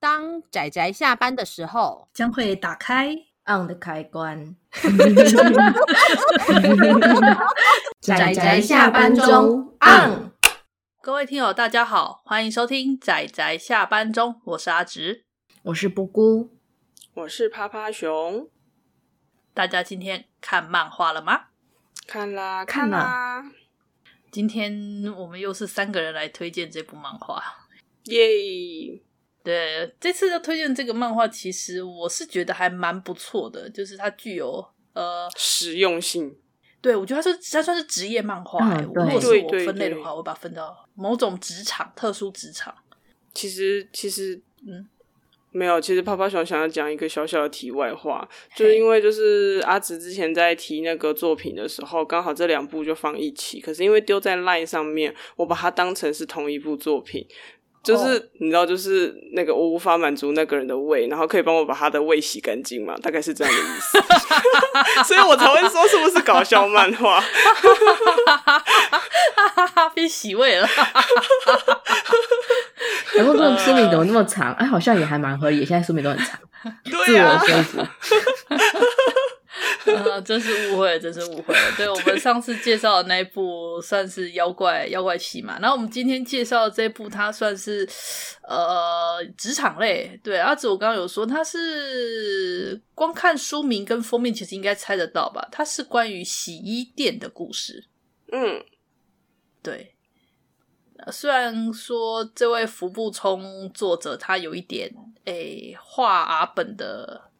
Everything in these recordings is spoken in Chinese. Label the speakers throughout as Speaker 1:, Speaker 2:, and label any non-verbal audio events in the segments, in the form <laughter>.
Speaker 1: 当仔仔下班的时候，
Speaker 2: 将会打开。
Speaker 3: on 的开
Speaker 4: <laughs>
Speaker 3: 关。
Speaker 1: 宅宅下班中
Speaker 3: on。
Speaker 5: 各位听友，大家好，欢迎收听仔仔下班中，我是阿直。
Speaker 3: 我是布姑，
Speaker 4: 我是趴趴熊，
Speaker 5: 大家今天看漫画了吗？
Speaker 4: 看啦
Speaker 3: 看啦
Speaker 4: 啦，
Speaker 5: 今天我们又是三个人来推荐这部漫画。
Speaker 4: 耶！
Speaker 5: 对，这次的推荐这个漫画，其实我是觉得还蛮不错的，就是它具有呃，
Speaker 4: 实用性，
Speaker 5: 对我觉得它是它算是职业漫画、
Speaker 3: 嗯
Speaker 5: 欸。
Speaker 3: 对
Speaker 5: 如果是
Speaker 4: 对
Speaker 5: 我
Speaker 4: 对
Speaker 5: 分类的
Speaker 4: 对
Speaker 5: 话，我会把它分到某种职场、特殊职场。
Speaker 4: 其实其实
Speaker 5: 嗯。
Speaker 4: 没有，其实泡泡熊想要讲一个小小的题外话，
Speaker 5: 嘿
Speaker 4: 就是因为就是阿直之前在提那个作品的时候，刚好这两部就放一起，可是因为丢在 LINE 上面，我把它当成是同一部作品，
Speaker 5: 哦
Speaker 4: 就是、你知道，就是那个我无法满足那个人的胃，然后可以帮我把他的胃洗干净嘛，大概是这样的意
Speaker 5: <laughs>
Speaker 4: 思， <laughs> 所以我才会说是不是搞笑漫画？
Speaker 5: 被洗胃了。
Speaker 3: 然后这个书名怎么那么长？哎，好像也还蛮合理。现在书名都很
Speaker 4: <laughs>
Speaker 3: 长，
Speaker 4: 对
Speaker 3: 自
Speaker 4: 呀、
Speaker 5: 啊
Speaker 3: 我说服。
Speaker 5: 呃，真是误会了，真是误会了。对我们上次介绍的那一部算是妖怪妖怪七嘛，然后我们今天介绍的这部，它算是呃职场类。对，阿紫我刚刚有说，它是光看书名跟封面，其实应该猜得到吧？它是关于洗衣店的故事。
Speaker 4: 嗯，
Speaker 5: 对，呃虽然说这位服部冲作者他有一点诶画阿本的，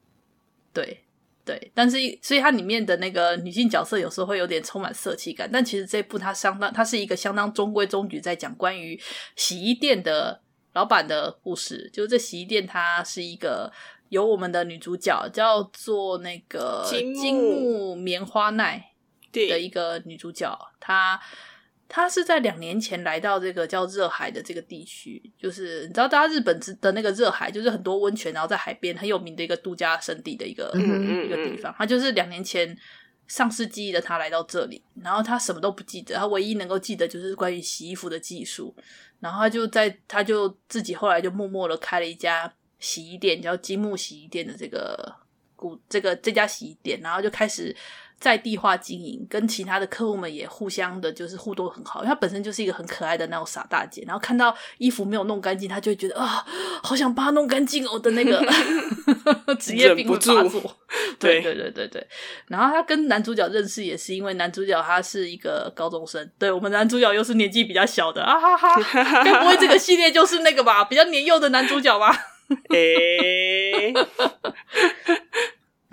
Speaker 5: 对对，但是所以它里面的那个女性角色有时候会有点充满色气感，但其实这部它相当，它是一个相当中规中矩在讲关于洗衣店的老板的故事，就是这洗衣店它是一个。由我们的女主角叫做那个
Speaker 4: 金木
Speaker 5: 金木棉花奈，
Speaker 4: 对
Speaker 5: 的一个女主角，她她是在两年前来到这个叫热海的这个地区，就是你知道，大家日本之的那个热海，就是很多温泉，然后在海边很有名的一个度假胜地的一个、
Speaker 3: 嗯
Speaker 4: 嗯
Speaker 5: 一个地方。她就是两年前丧失记忆的她来到这里，然后她什么都不记得，她唯一能够记得就是关于洗衣服的技术。然后她就在她就自己后来就默默的开了一家洗衣店，叫积木洗衣店的这个古这个这家洗衣店，然后就开始在地化经营，跟其他的客户们也互相的就是互动很好，因为她本身就是一个很可爱的那种傻大姐，然后看到衣服没有弄干净，她就会觉得啊、好想把它弄干净哦的那个 <laughs> 职业病会发
Speaker 4: 忍不
Speaker 5: 作 <laughs>
Speaker 4: 住，
Speaker 5: 对
Speaker 4: 对
Speaker 5: 对对对对。然后她跟男主角认识也是因为男主角他是一个高中生，对我们男主角又是年纪比较小的啊哈哈，
Speaker 4: <laughs>
Speaker 5: 该不会这个系列就是那个吧，比较年幼的男主角吧？ <laughs>
Speaker 4: 嗯诶、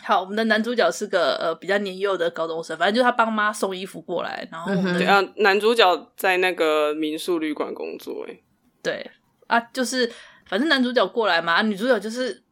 Speaker 5: 好，我们的男主角是个呃比较年幼的高中生，反正就是他帮妈送衣服过来，然后我们的、
Speaker 4: 对啊，男主角在那个民宿旅馆工作、欸，
Speaker 5: 对啊，就是反正男主角过来嘛，啊女主角就是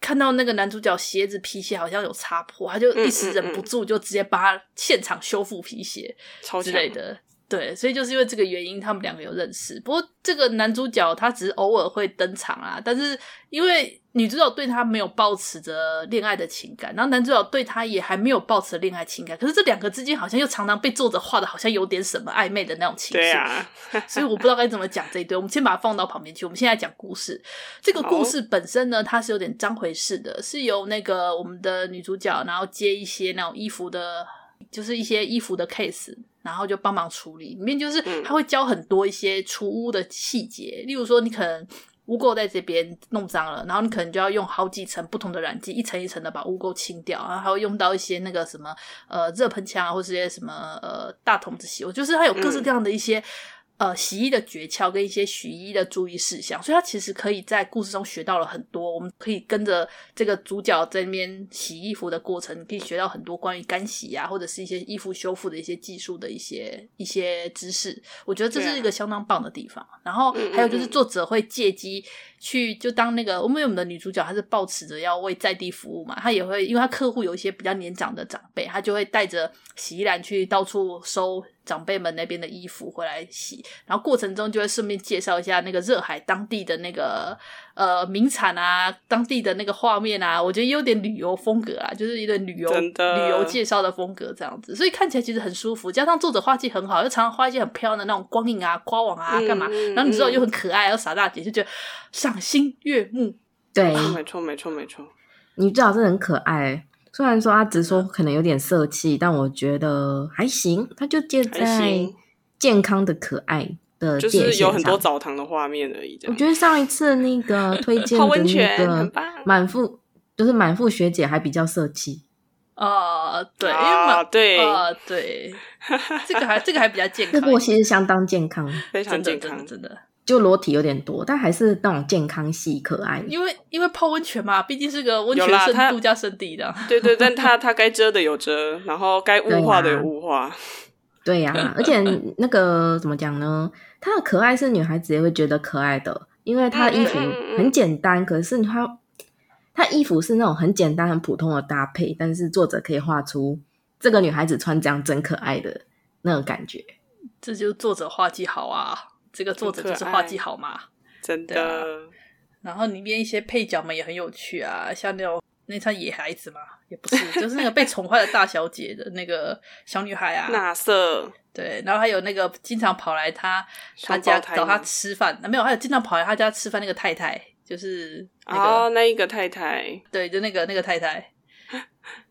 Speaker 5: 看到那个男主角鞋子皮鞋好像有擦破，他就
Speaker 4: 嗯
Speaker 5: 一时忍不住就直接帮他现场修复皮鞋
Speaker 4: 超
Speaker 5: 之
Speaker 4: 强
Speaker 5: 类的。对，所以就是因为这个原因，他们两个有认识。不过这个男主角他只是偶尔会登场啊，但是因为女主角对他没有抱持着恋爱的情感，然后男主角对他也还没有抱持恋爱情感，可是这两个之间好像又常常被作者画的好像有点什么暧昧的那种情愫。
Speaker 4: 对啊，
Speaker 5: 所以我不知道该怎么讲这一堆，我们先把它放到旁边去。我们现在讲故事，这个故事本身呢，它是有点章回式的，是由那个我们的女主角，然后接一些那种衣服的，就是一些衣服的 case，然后就帮忙处理。里面就是
Speaker 4: 嗯
Speaker 5: 他会教很多一些除污的细节，例如说你可能。污垢在这边弄脏了，然后你可能就要用好几层不同的染剂，一层一层的把污垢清掉，然后还会用到一些那个什么呃热喷枪啊，或是一些什么呃大桶子洗，我就是它有各
Speaker 4: 嗯
Speaker 5: 式各样的一些、呃洗衣的诀窍跟一些洗衣的注意事项，所以它其实可以在故事中学到了很多。我们可以跟着这个主角在那边洗衣服的过程，可以学到很多关于干洗啊，或者是一些衣服修复的一些技术的一些一些知识。我觉得这
Speaker 4: 对啊
Speaker 5: 是一个相当棒的地方。然后
Speaker 4: 嗯嗯
Speaker 5: 还有就是
Speaker 4: 嗯
Speaker 5: 作者会借机去就当那个，因为我们的女主角她是抱持着要为在地服务嘛，她也会因为她客户有一些比较年长的长辈，她就会带着洗衣篮去到处收长辈们那边的衣服回来洗，然后过程中就会顺便介绍一下那个热海当地的那个呃名产啊，当地的那个画面啊，我觉得有点旅游风格啊，就是有点旅游
Speaker 4: 真的
Speaker 5: 旅游介绍的风格这样子，所以看起来其实很舒服，加上作者画技很好，又常常画一些很漂亮的那种光影啊、瓜网啊
Speaker 4: 嗯
Speaker 5: 干嘛，
Speaker 4: 嗯
Speaker 5: 然后你知道
Speaker 4: 嗯
Speaker 5: 又很可爱，又傻大姐，就觉得赏心悦目。
Speaker 3: 对，
Speaker 4: 没错，没错，没错。
Speaker 3: 女主角真的很可爱。虽然说她直说可能有点色气，但我觉得还行，她就介
Speaker 4: 还
Speaker 3: 在
Speaker 4: 行
Speaker 3: 健康的可爱的
Speaker 5: 呃
Speaker 4: 就
Speaker 3: 界
Speaker 4: 是
Speaker 3: 限
Speaker 4: 有很多
Speaker 3: 上
Speaker 4: 澡堂的画面而已，这
Speaker 3: 我
Speaker 4: 样。
Speaker 3: 觉得上一次那个推荐
Speaker 4: <laughs> 泡
Speaker 3: 的
Speaker 4: 温泉
Speaker 3: 那
Speaker 4: 很
Speaker 3: 个
Speaker 4: 棒
Speaker 3: 满腹就是满腹学姐还比较色气，
Speaker 5: 呃，对，因为
Speaker 4: 嗯啊，
Speaker 5: 蛮
Speaker 4: 对，
Speaker 5: 呃，对，这个还这个还比较健
Speaker 3: <laughs>
Speaker 5: 康
Speaker 3: 这
Speaker 5: 一点，
Speaker 3: 部其实相当健康，
Speaker 4: 非常
Speaker 5: 真的
Speaker 4: 健
Speaker 5: 真的
Speaker 4: 康。
Speaker 5: 真的，
Speaker 3: 就裸体有点多，但还是那种健康系可爱。
Speaker 5: 因为因为泡温泉嘛，毕竟是个温
Speaker 4: 有
Speaker 5: 泉
Speaker 4: 啦它
Speaker 5: 胜度假胜地的。 <laughs>
Speaker 4: 对对，但他他该遮的有遮，然后该雾化的有雾
Speaker 5: 啊
Speaker 4: 化。
Speaker 3: 对呀、
Speaker 4: <laughs>
Speaker 3: 而且那个怎么讲呢？她的可爱是女孩子也会觉得可爱的，因为她的衣服
Speaker 4: 嗯嗯嗯嗯
Speaker 3: 很简单，可是她她衣服是那种很简单、很普通的搭配，但是作者可以画出这个女孩子穿这样真可爱的那种感觉。
Speaker 5: 这就是作者画技好啊，这个作者就是画技好嘛。
Speaker 4: 真
Speaker 5: 对
Speaker 4: 的
Speaker 5: 啊，然后里面一些配角们也很有趣啊，像那种那像野孩子嘛，也不是，就是那个被宠坏的大小姐的那个小女
Speaker 4: <laughs>
Speaker 5: 孩啊，
Speaker 4: 那色
Speaker 5: 对，然后还有那个经常跑来她她
Speaker 4: 双
Speaker 5: 家
Speaker 4: 胞胎
Speaker 5: 找她
Speaker 4: 吗
Speaker 5: 吃饭，啊没有，还有经常跑来她家吃饭那个太太，就是那个、
Speaker 4: 哦，那一个太太
Speaker 5: 对，就那个那个太太，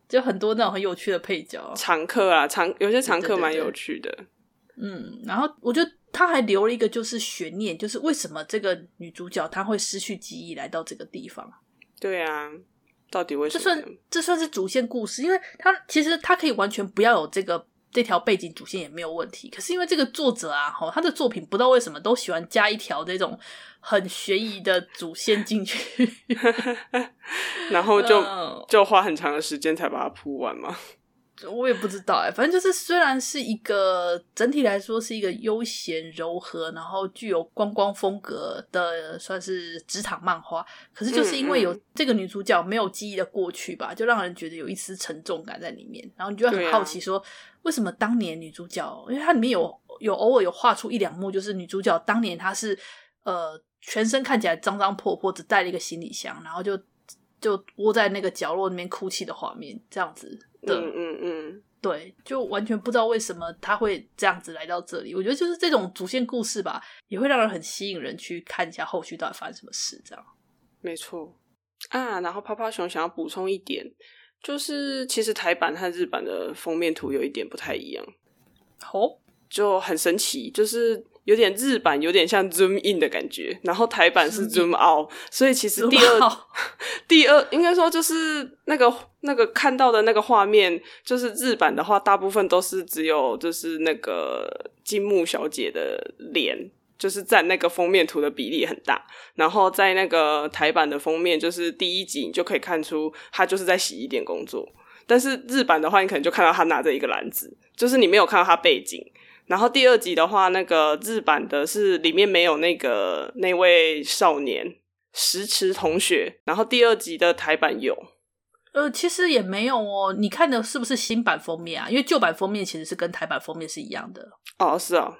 Speaker 5: 就很多那种很有趣的配角，
Speaker 4: 常客啊，常有些常
Speaker 5: 对对
Speaker 4: 客
Speaker 5: 对
Speaker 4: 蛮
Speaker 5: 对
Speaker 4: 有趣的。
Speaker 5: 嗯，然后我觉得他还留了一个就是悬念，就是为什么这个女主角她会失去记忆来到这个地方？
Speaker 4: 对啊，到底为
Speaker 5: 这
Speaker 4: 什么
Speaker 5: 算
Speaker 4: 呢？
Speaker 5: 这算是主线故事，因为它其实它可以完全不要有这个这条背景主线也没有问题。可是因为这个作者啊，吼，他的作品不知道为什么都喜欢加一条这种很悬疑的主线进去，
Speaker 4: 然后就
Speaker 5: 嗯
Speaker 4: 就花很长的时间才把它铺完嘛。
Speaker 5: 我也不知道哎、反正就是虽然是一个整体来说是一个悠闲柔和，然后具有观光风格的算是职场漫画，可是就是因为有
Speaker 4: 嗯
Speaker 5: 这个女主角没有记忆的过去吧，就让人觉得有一丝沉重感在里面，然后你就会
Speaker 4: 对
Speaker 5: 很
Speaker 4: 啊
Speaker 5: 好奇说，为什么当年女主角，因为它里面有有偶尔有画出一两幕，就是女主角当年她是呃全身看起来脏脏破破，只带了一个行李箱，然后就就窝在那个角落里面哭泣的画面，这样子的。
Speaker 4: 嗯嗯嗯，
Speaker 5: 对，就完全不知道为什么他会这样子来到这里。我觉得就是这种主线故事吧，也会让人很吸引人去看一下后续到底发生什么事。这样，
Speaker 4: 没错啊。然后泡泡熊想要补充一点，就是其实台版和日版的封面图有一点不太一样。
Speaker 5: 哦，
Speaker 4: 就很神奇，就是有点日版，有点像 zoom in 的感觉，然后台版是 zoom out，所以其实第
Speaker 5: Zoom
Speaker 4: 二
Speaker 5: out
Speaker 4: <laughs> 第二应该说就是那个那个看到的那个画面，就是日版的话，大部分都是只有就是那个金木小姐的脸。就是占那个封面图的比例很大，然后在那个台版的封面，就是第一集你就可以看出她就是在洗衣店工作，但是日版的话，你可能就看到她拿着一个篮子，就是你没有看到她背景，然后第二集的话，那个日版的是里面没有那个那位少年石池同学，然后第二集的台版有，
Speaker 5: 呃，其实也没有哦。你看的是不是新版封面啊？因为旧版封面其实是跟台版封面是一样的。
Speaker 4: 哦是哦，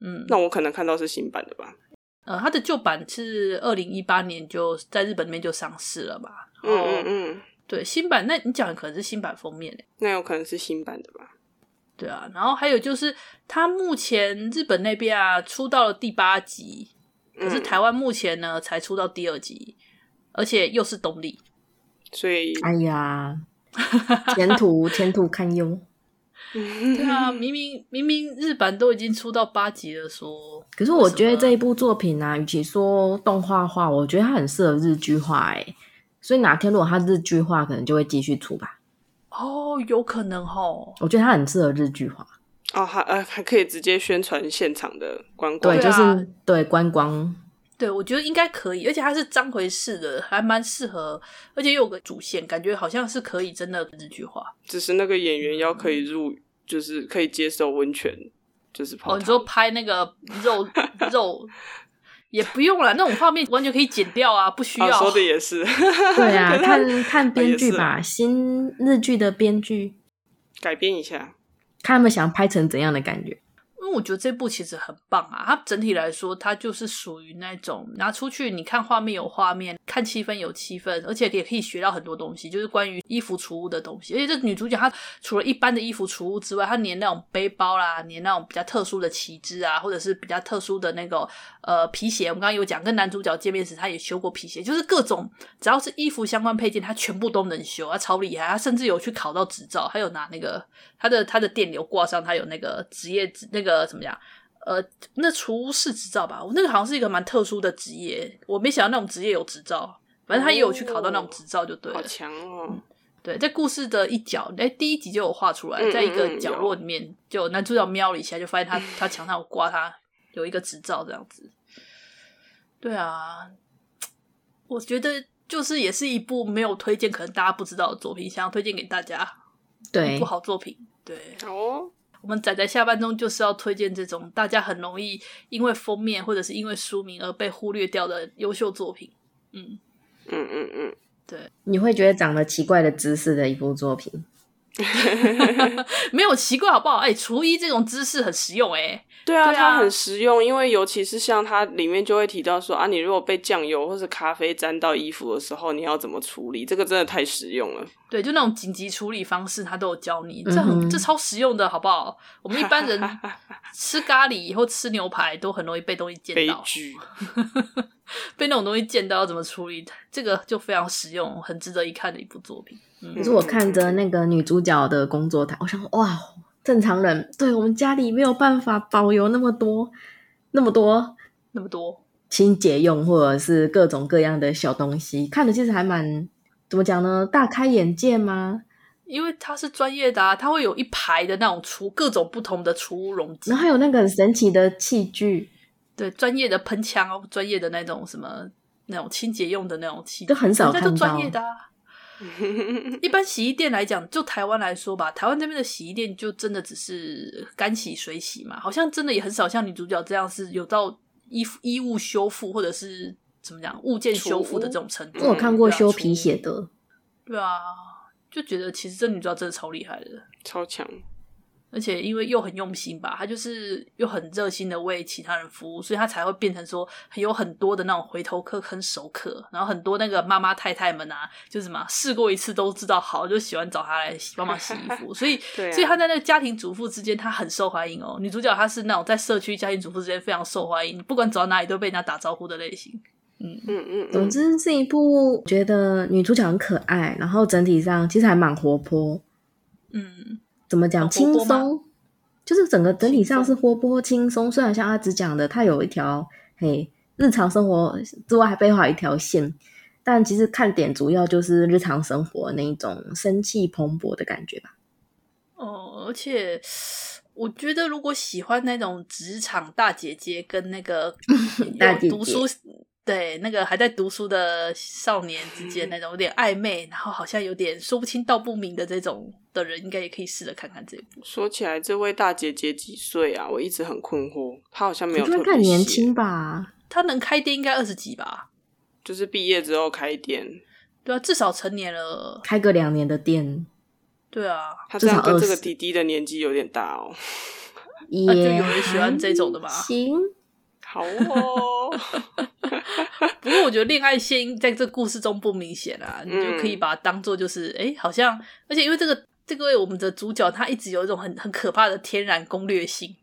Speaker 5: 嗯，
Speaker 4: 那我可能看到是新版的吧，
Speaker 5: 呃，它的旧版是二零一八年就在日本那边就上市了嘛。
Speaker 4: 嗯嗯
Speaker 5: 嗯，
Speaker 4: 嗯，
Speaker 5: 对，新版那你讲的可能是新版封面欸
Speaker 4: 那有可能是新版的吧，
Speaker 5: 对啊，然后还有就是，他目前日本那边啊出到了第八集，可是
Speaker 4: 嗯
Speaker 5: 台湾目前呢才出到第二集，而且又是东立，
Speaker 4: 所以
Speaker 3: 哎呀，前途前途堪忧。
Speaker 5: 对啊，明明明明日版都已经出到八集了说，
Speaker 3: 可是我觉得这一
Speaker 5: 部
Speaker 3: 部作品啊，与其说动画化，我觉得它很适合日剧化、欸，所以哪天如果它日剧化，可能就会继续出吧。
Speaker 5: 哦有可能哦，
Speaker 3: 我觉得它很适合日剧化，
Speaker 4: 哦还呃还可以直接宣传现场的观光
Speaker 3: 对，
Speaker 5: 对啊
Speaker 3: 就是对观光，
Speaker 5: 对我觉得应该可以，而且它是章回式的，还蛮适合，而且又有个主线，感觉好像是可以真的日剧化
Speaker 4: 只是那个演员要可以入，就是可以接受温泉，就是泡
Speaker 5: 哦。你
Speaker 4: 汤
Speaker 5: 说拍那个 <laughs> 肉肉也不用了，那种画面完全可以剪掉啊，不需要。
Speaker 4: 啊说的也是，
Speaker 3: 对啊，
Speaker 4: 可是它
Speaker 3: 看看编剧
Speaker 4: 哦
Speaker 3: 吧，新日剧的编剧，
Speaker 4: 改编一下，
Speaker 3: 看他们想拍成怎样的感觉。
Speaker 5: 我觉得这部其实很棒啊，它整体来说，它就是属于那种拿出去你看画面有画面，看气氛有气氛，而且也可以学到很多东西，就是关于衣服储物的东西。而且这女主角她除了一般的衣服储物之外，她连那种背包啦，连那种比较特殊的旗帜啊，或者是比较特殊的那个呃皮鞋，我们刚刚有讲，跟男主角见面时她也修过皮鞋，就是各种只要是衣服相关配件，她全部都能修，她超厉害，她甚至有去考到执照，还有拿那个她的她的电流挂上，她有那个职业那个怎么讲？呃，那厨师执照吧，我那个好像是一个蛮特殊的职业，我没想到那种职业有执照，反正他也有去考到那种执照就对了。
Speaker 4: 好强哦！
Speaker 5: 对，在故事的一角，哎、第一集就有画出来，
Speaker 4: 嗯
Speaker 5: 在一个
Speaker 4: 嗯
Speaker 5: 角
Speaker 4: 有
Speaker 5: 落里面，就有男主角瞄了一下，就发现他他墙上有挂他有一个执照这样子。对啊，我觉得就是也是一部没有推荐，可能大家不知道的作品，想要推荐给大家，
Speaker 3: 对
Speaker 5: 不，好作品。对，
Speaker 4: 好哦，
Speaker 5: 我们仔仔下半中就是要推荐这种大家很容易因为封面或者是因为书名而被忽略掉的优秀作品。嗯，
Speaker 4: 嗯嗯嗯，
Speaker 3: 你会觉得长了奇怪的姿势的一部作品，
Speaker 5: 没有奇怪好不好？哎、厨艺这种知识很实用哎、
Speaker 4: 对啊，
Speaker 5: 对啊
Speaker 4: 它很实用，因为尤其是像它里面就会提到说啊，你如果被酱油或是咖啡沾到衣服的时候，你要怎么处理？这个真的太实用了。
Speaker 5: 对，就那种紧急处理方式，他都有教你，
Speaker 3: 嗯
Speaker 5: 这很、
Speaker 3: 哼
Speaker 5: 这超实用的好不好？我们一般
Speaker 3: <laughs>
Speaker 5: 人吃咖喱或吃牛排都很容易被东西溅
Speaker 4: 悲
Speaker 5: 到，
Speaker 4: 剧，
Speaker 5: 被那种东西溅到要怎么处理？这个就非常实用，很值得一看的一部作品。嗯
Speaker 3: 可是我看着那个女主角的工作台，我想哇，正常人对我们家里没有办法保留那么多那么多
Speaker 5: 那么多，
Speaker 3: 清洁用或者是各种各样的小东西，看的其实还蛮怎么讲呢？大开眼界吗？
Speaker 5: 因为他是专业的啊，他会有一排的那种厨各种不同的厨务容积
Speaker 3: 然，后还有那个很神奇的器具，
Speaker 5: 对，专业的喷枪哦，专业的那种什么那种清洁用的哦那种器具，
Speaker 3: 都很
Speaker 5: 人
Speaker 3: 少
Speaker 5: 家都
Speaker 3: 看到
Speaker 5: 专业的、啊。一般洗衣店来讲，就台湾来说吧，台湾这边的洗衣店就真的只是干洗、水洗嘛，好像真的也很少像女主角这样是有到衣服衣物修复或者是怎么讲物件修复的这种程度。
Speaker 3: 我有看过
Speaker 5: 对啊
Speaker 3: 修
Speaker 5: 厨
Speaker 3: 皮，鞋的，
Speaker 5: 对啊，就觉得其实这女主角真的超厉害的。
Speaker 4: 超强。
Speaker 5: 而且因为又很用心吧，他就是又很热心的为其他人服务，所以他才会变成说有很多的那种回头客跟熟客，然后很多那个妈妈太太们啊，就是什么试过一次都知道好，就喜欢找他来洗帮忙洗衣服，所以、
Speaker 4: <laughs> 对啊
Speaker 5: 所以他在那个家庭主妇之间他很受欢迎哦。女主角她是那种在社区家庭主妇之间非常受欢迎，不管走到哪里都被人家打招呼的类型。
Speaker 4: 嗯嗯
Speaker 3: 总
Speaker 4: 嗯，
Speaker 3: 之是一部觉得女主角很可爱，然后整体上其实还蛮活泼，
Speaker 5: 嗯，
Speaker 3: 怎么讲
Speaker 5: 很活
Speaker 3: 轻
Speaker 5: 泼吗
Speaker 3: 松，就是整个整体上
Speaker 5: 轻松
Speaker 3: 是活泼轻松。虽然像阿紫讲的，它有一条嘿日常生活之外还背后有一条线，但其实看点主要就是日常生活那一种生气蓬勃的感觉吧。
Speaker 5: 哦，而且我觉得，如果喜欢那种职场大姐姐跟那个
Speaker 3: <laughs> 大
Speaker 5: 有
Speaker 3: 姐
Speaker 5: 读
Speaker 3: 姐
Speaker 5: 书，对那个还在读书的少年之间那种有点暧昧，然后好像有点说不清道不明的这种的人，应该也可以试着看看这部。
Speaker 4: 说起来，这位大姐姐几岁啊？我一直很困惑，她好像没
Speaker 3: 我
Speaker 4: 有
Speaker 3: 觉得
Speaker 4: 特
Speaker 3: 看
Speaker 4: 别
Speaker 3: 年
Speaker 4: 写
Speaker 3: 轻，吧，
Speaker 5: 他能开店应该二十几吧？
Speaker 4: 就是毕业之后开店。
Speaker 5: 对啊，至少成年了。
Speaker 3: 开个两年的店
Speaker 5: 对啊，
Speaker 4: 她
Speaker 3: 至
Speaker 4: 这样
Speaker 3: 少
Speaker 4: 跟这个
Speaker 3: 20
Speaker 4: 弟弟的年纪有点大哦。
Speaker 3: 也、
Speaker 5: 啊就有人喜欢这种的吧
Speaker 3: 行，
Speaker 4: 好哦， <laughs>
Speaker 5: 不过我觉得恋爱线在这故事中不明显啊，你就可以把它当做就是，哎、好像，而且因为这个这个我们的主角他一直有一种很很可怕的天然攻略性，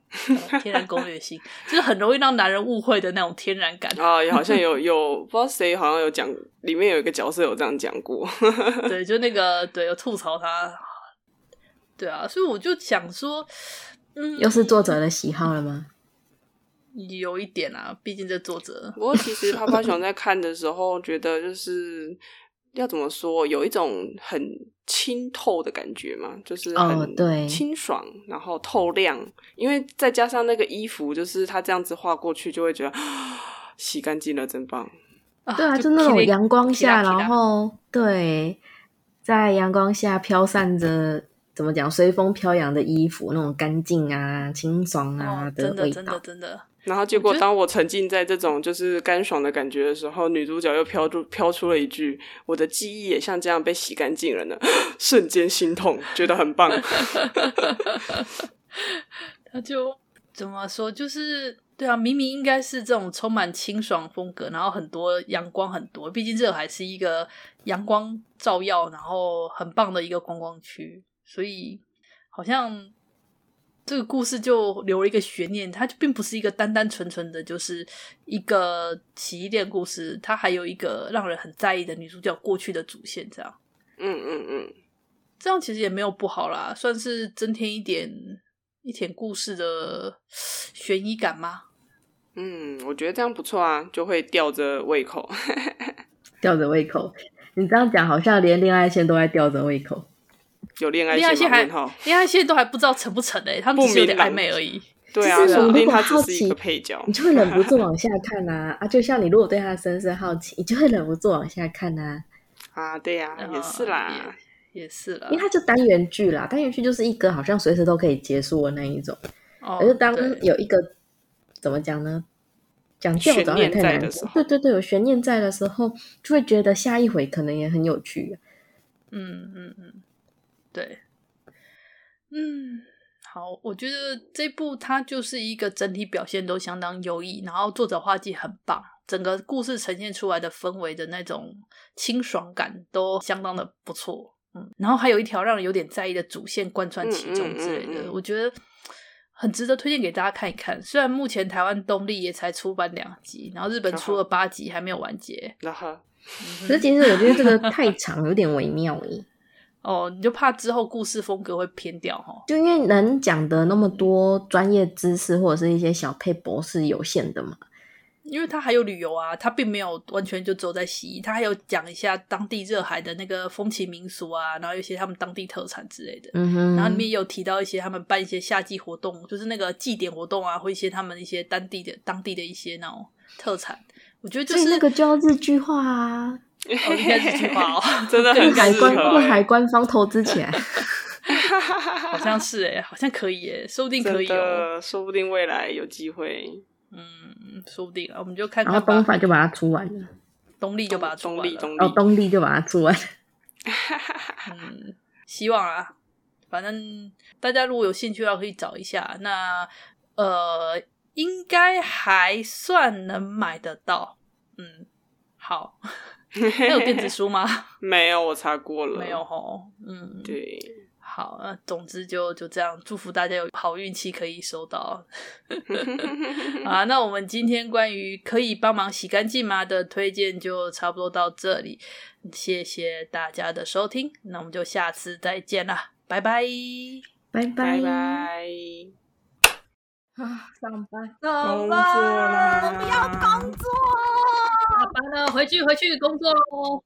Speaker 5: 呃天然攻略性就是很容易让男人误会的那种天然感。
Speaker 4: 啊，也好像有有不知道谁好像有讲，里面有一个角色有这样讲过。
Speaker 5: 对，就那个对，有吐槽他，对啊，所以我就想说，嗯，
Speaker 3: 又是作者的喜好了吗？
Speaker 5: 有一点啊，毕竟这作者，
Speaker 4: 不过其实泡泡熊在看的时候，觉得就是要怎么说，有一种很清透的感觉嘛，就是
Speaker 3: 哦
Speaker 4: 很
Speaker 3: 对
Speaker 4: 清爽，然后透亮，因为再加上那个衣服，就是它这样子画过去，就会觉得啊洗干净了，真棒。
Speaker 5: 啊
Speaker 3: 对啊，
Speaker 5: 就
Speaker 3: 就那种
Speaker 5: Kira-
Speaker 3: 阳光下，
Speaker 5: Kira- Kira
Speaker 3: 然后对，在阳光下飘散着怎么讲，随风飘扬的衣服，那种干净啊、清爽啊
Speaker 5: 哦，真的
Speaker 3: 味
Speaker 5: 真的
Speaker 3: 道。
Speaker 5: 真的。
Speaker 4: 然后结
Speaker 5: 我
Speaker 4: 果，
Speaker 5: 觉得
Speaker 4: 当我沉浸在这种就是干爽的感觉的时候，女主角又飘出飘出了一句：“我的记忆也像这样被洗干净了呢。” <laughs> 瞬间心痛，觉得很棒。
Speaker 5: 他就怎么说，就是对啊，明明应该是这种充满清爽风格，然后很多阳光很多，毕竟这还是一个阳光照耀，然后很棒的一个观光区，所以好像这个故事就留了一个悬念，它就并不是一个单单纯纯的，就是一个洗衣店故事，它还有一个让人很在意的女主角过去的主线，这样
Speaker 4: <laughs> 嗯嗯嗯，
Speaker 5: 这样其实也没有不好啦，算是增添一点。一点故事的悬疑感吗？
Speaker 4: 嗯，我觉得这样不错啊，就会吊着胃口。 <laughs>
Speaker 3: 吊着胃口。你这样讲，好像连恋爱线都在吊着胃口。
Speaker 4: 有恋
Speaker 5: 恋爱
Speaker 4: 爱
Speaker 5: 线
Speaker 4: 吗
Speaker 5: 还
Speaker 4: 问号
Speaker 5: 恋爱线都还不知道成不成诶、欸他们只是有点暧昧而已。
Speaker 4: 对啊，
Speaker 3: 就是我
Speaker 4: 说不定
Speaker 3: 如果
Speaker 4: 他只
Speaker 3: 好
Speaker 4: 是
Speaker 3: 奇
Speaker 4: 一个配角
Speaker 3: 你。就会忍不住往下看
Speaker 5: <laughs>
Speaker 3: 呐、啊，就像你如果对他的身世好奇，你就会忍不住往下看呐、
Speaker 4: 啊，对呀、
Speaker 5: 啊
Speaker 4: 也是啦。
Speaker 5: 也，也是啦
Speaker 3: 因为。它就单元剧啦，单元剧就是一个好像随时都可以结束的那一种。
Speaker 5: 哦
Speaker 3: 可是当
Speaker 5: 对
Speaker 3: 有一个怎么讲呢？讲掉
Speaker 4: 悬
Speaker 3: 好像也
Speaker 4: 念
Speaker 3: 太
Speaker 4: 在
Speaker 3: 难
Speaker 4: 的
Speaker 3: 讲
Speaker 4: 时候
Speaker 3: 对对对，有悬念在的时候，就会觉得下一回可能也很有趣。啊
Speaker 5: 嗯嗯嗯，对，嗯，好，我觉得这部它就是一个整体表现都相当优异，然后作者画技很棒，整个故事呈现出来的氛围的那种清爽感都相当的不错。嗯，然后还有一条让人有点在意的主线贯穿其中之类
Speaker 4: 嗯嗯嗯
Speaker 5: 的，
Speaker 4: 嗯
Speaker 5: 我觉得很值得推荐给大家看一看。虽然目前台湾动力也才出版两集，然后日
Speaker 4: 嗯
Speaker 5: 本出了八集，还没有完结。
Speaker 4: 然后嗯
Speaker 3: 可是其实我觉得这个太长，有点微妙诶。
Speaker 5: 哦，你就怕之后故事风格会偏掉哈。
Speaker 3: 就因为能讲的那么多专业知识或者是一些小配博是有限的嘛。
Speaker 5: 因为他还有旅游啊，他并没有完全就只有在洗衣，他还有讲一下当地热海的那个风情民俗啊，然后有一些他们当地特产之类的。
Speaker 3: 嗯哼，
Speaker 5: 然后里面也有提到一些他们办一些夏季活动，就是那个祭典活动啊，或一些他们一些当地的当地的一些那种特产。我觉得就
Speaker 3: 所
Speaker 5: 是
Speaker 3: 以那个就要日剧化啊，
Speaker 5: 哦，应该是句话哦，
Speaker 4: <laughs> 真的
Speaker 3: 用
Speaker 4: 很
Speaker 3: 海
Speaker 4: 适
Speaker 3: 关用
Speaker 4: 合
Speaker 3: 海
Speaker 4: 欸。
Speaker 3: 关方投资起
Speaker 4: <laughs>
Speaker 3: 来。
Speaker 5: 好像是诶、好像可以诶、说不定可
Speaker 4: 真
Speaker 5: 以哦，
Speaker 4: 的，说不定未来有机会。
Speaker 5: 嗯，说不定啊，我们就看
Speaker 3: 然后
Speaker 5: 看
Speaker 3: 东
Speaker 5: 吧。
Speaker 3: 贩就把它出完
Speaker 4: <laughs>
Speaker 3: 了，
Speaker 5: 东力就把它出
Speaker 4: 中
Speaker 5: 完
Speaker 4: 立，
Speaker 5: 了，
Speaker 4: 中
Speaker 3: 哦，
Speaker 4: 立， <laughs>
Speaker 3: 东立就把它出完了。
Speaker 5: 嗯，希望啊，反正大家如果有兴趣的话，可以找一下。那呃，应该还算能买得到。嗯，好， <laughs> 还有电子书吗？
Speaker 4: 没有，我查过了，
Speaker 5: 没有。吼。嗯，
Speaker 4: 对，
Speaker 5: 好，那总之就就这样，祝福大家有好运气可以收到。 <laughs> 啊，那我们今天关于可以帮忙洗干净吗的推荐就差不多到这里，谢谢大家的收听，那我们就下次再见啦，拜拜。
Speaker 3: 拜
Speaker 4: 拜
Speaker 3: 拜
Speaker 4: 拜。
Speaker 3: 啊，上班。
Speaker 4: 工作啦，
Speaker 5: 下班了，回去回去工作喽。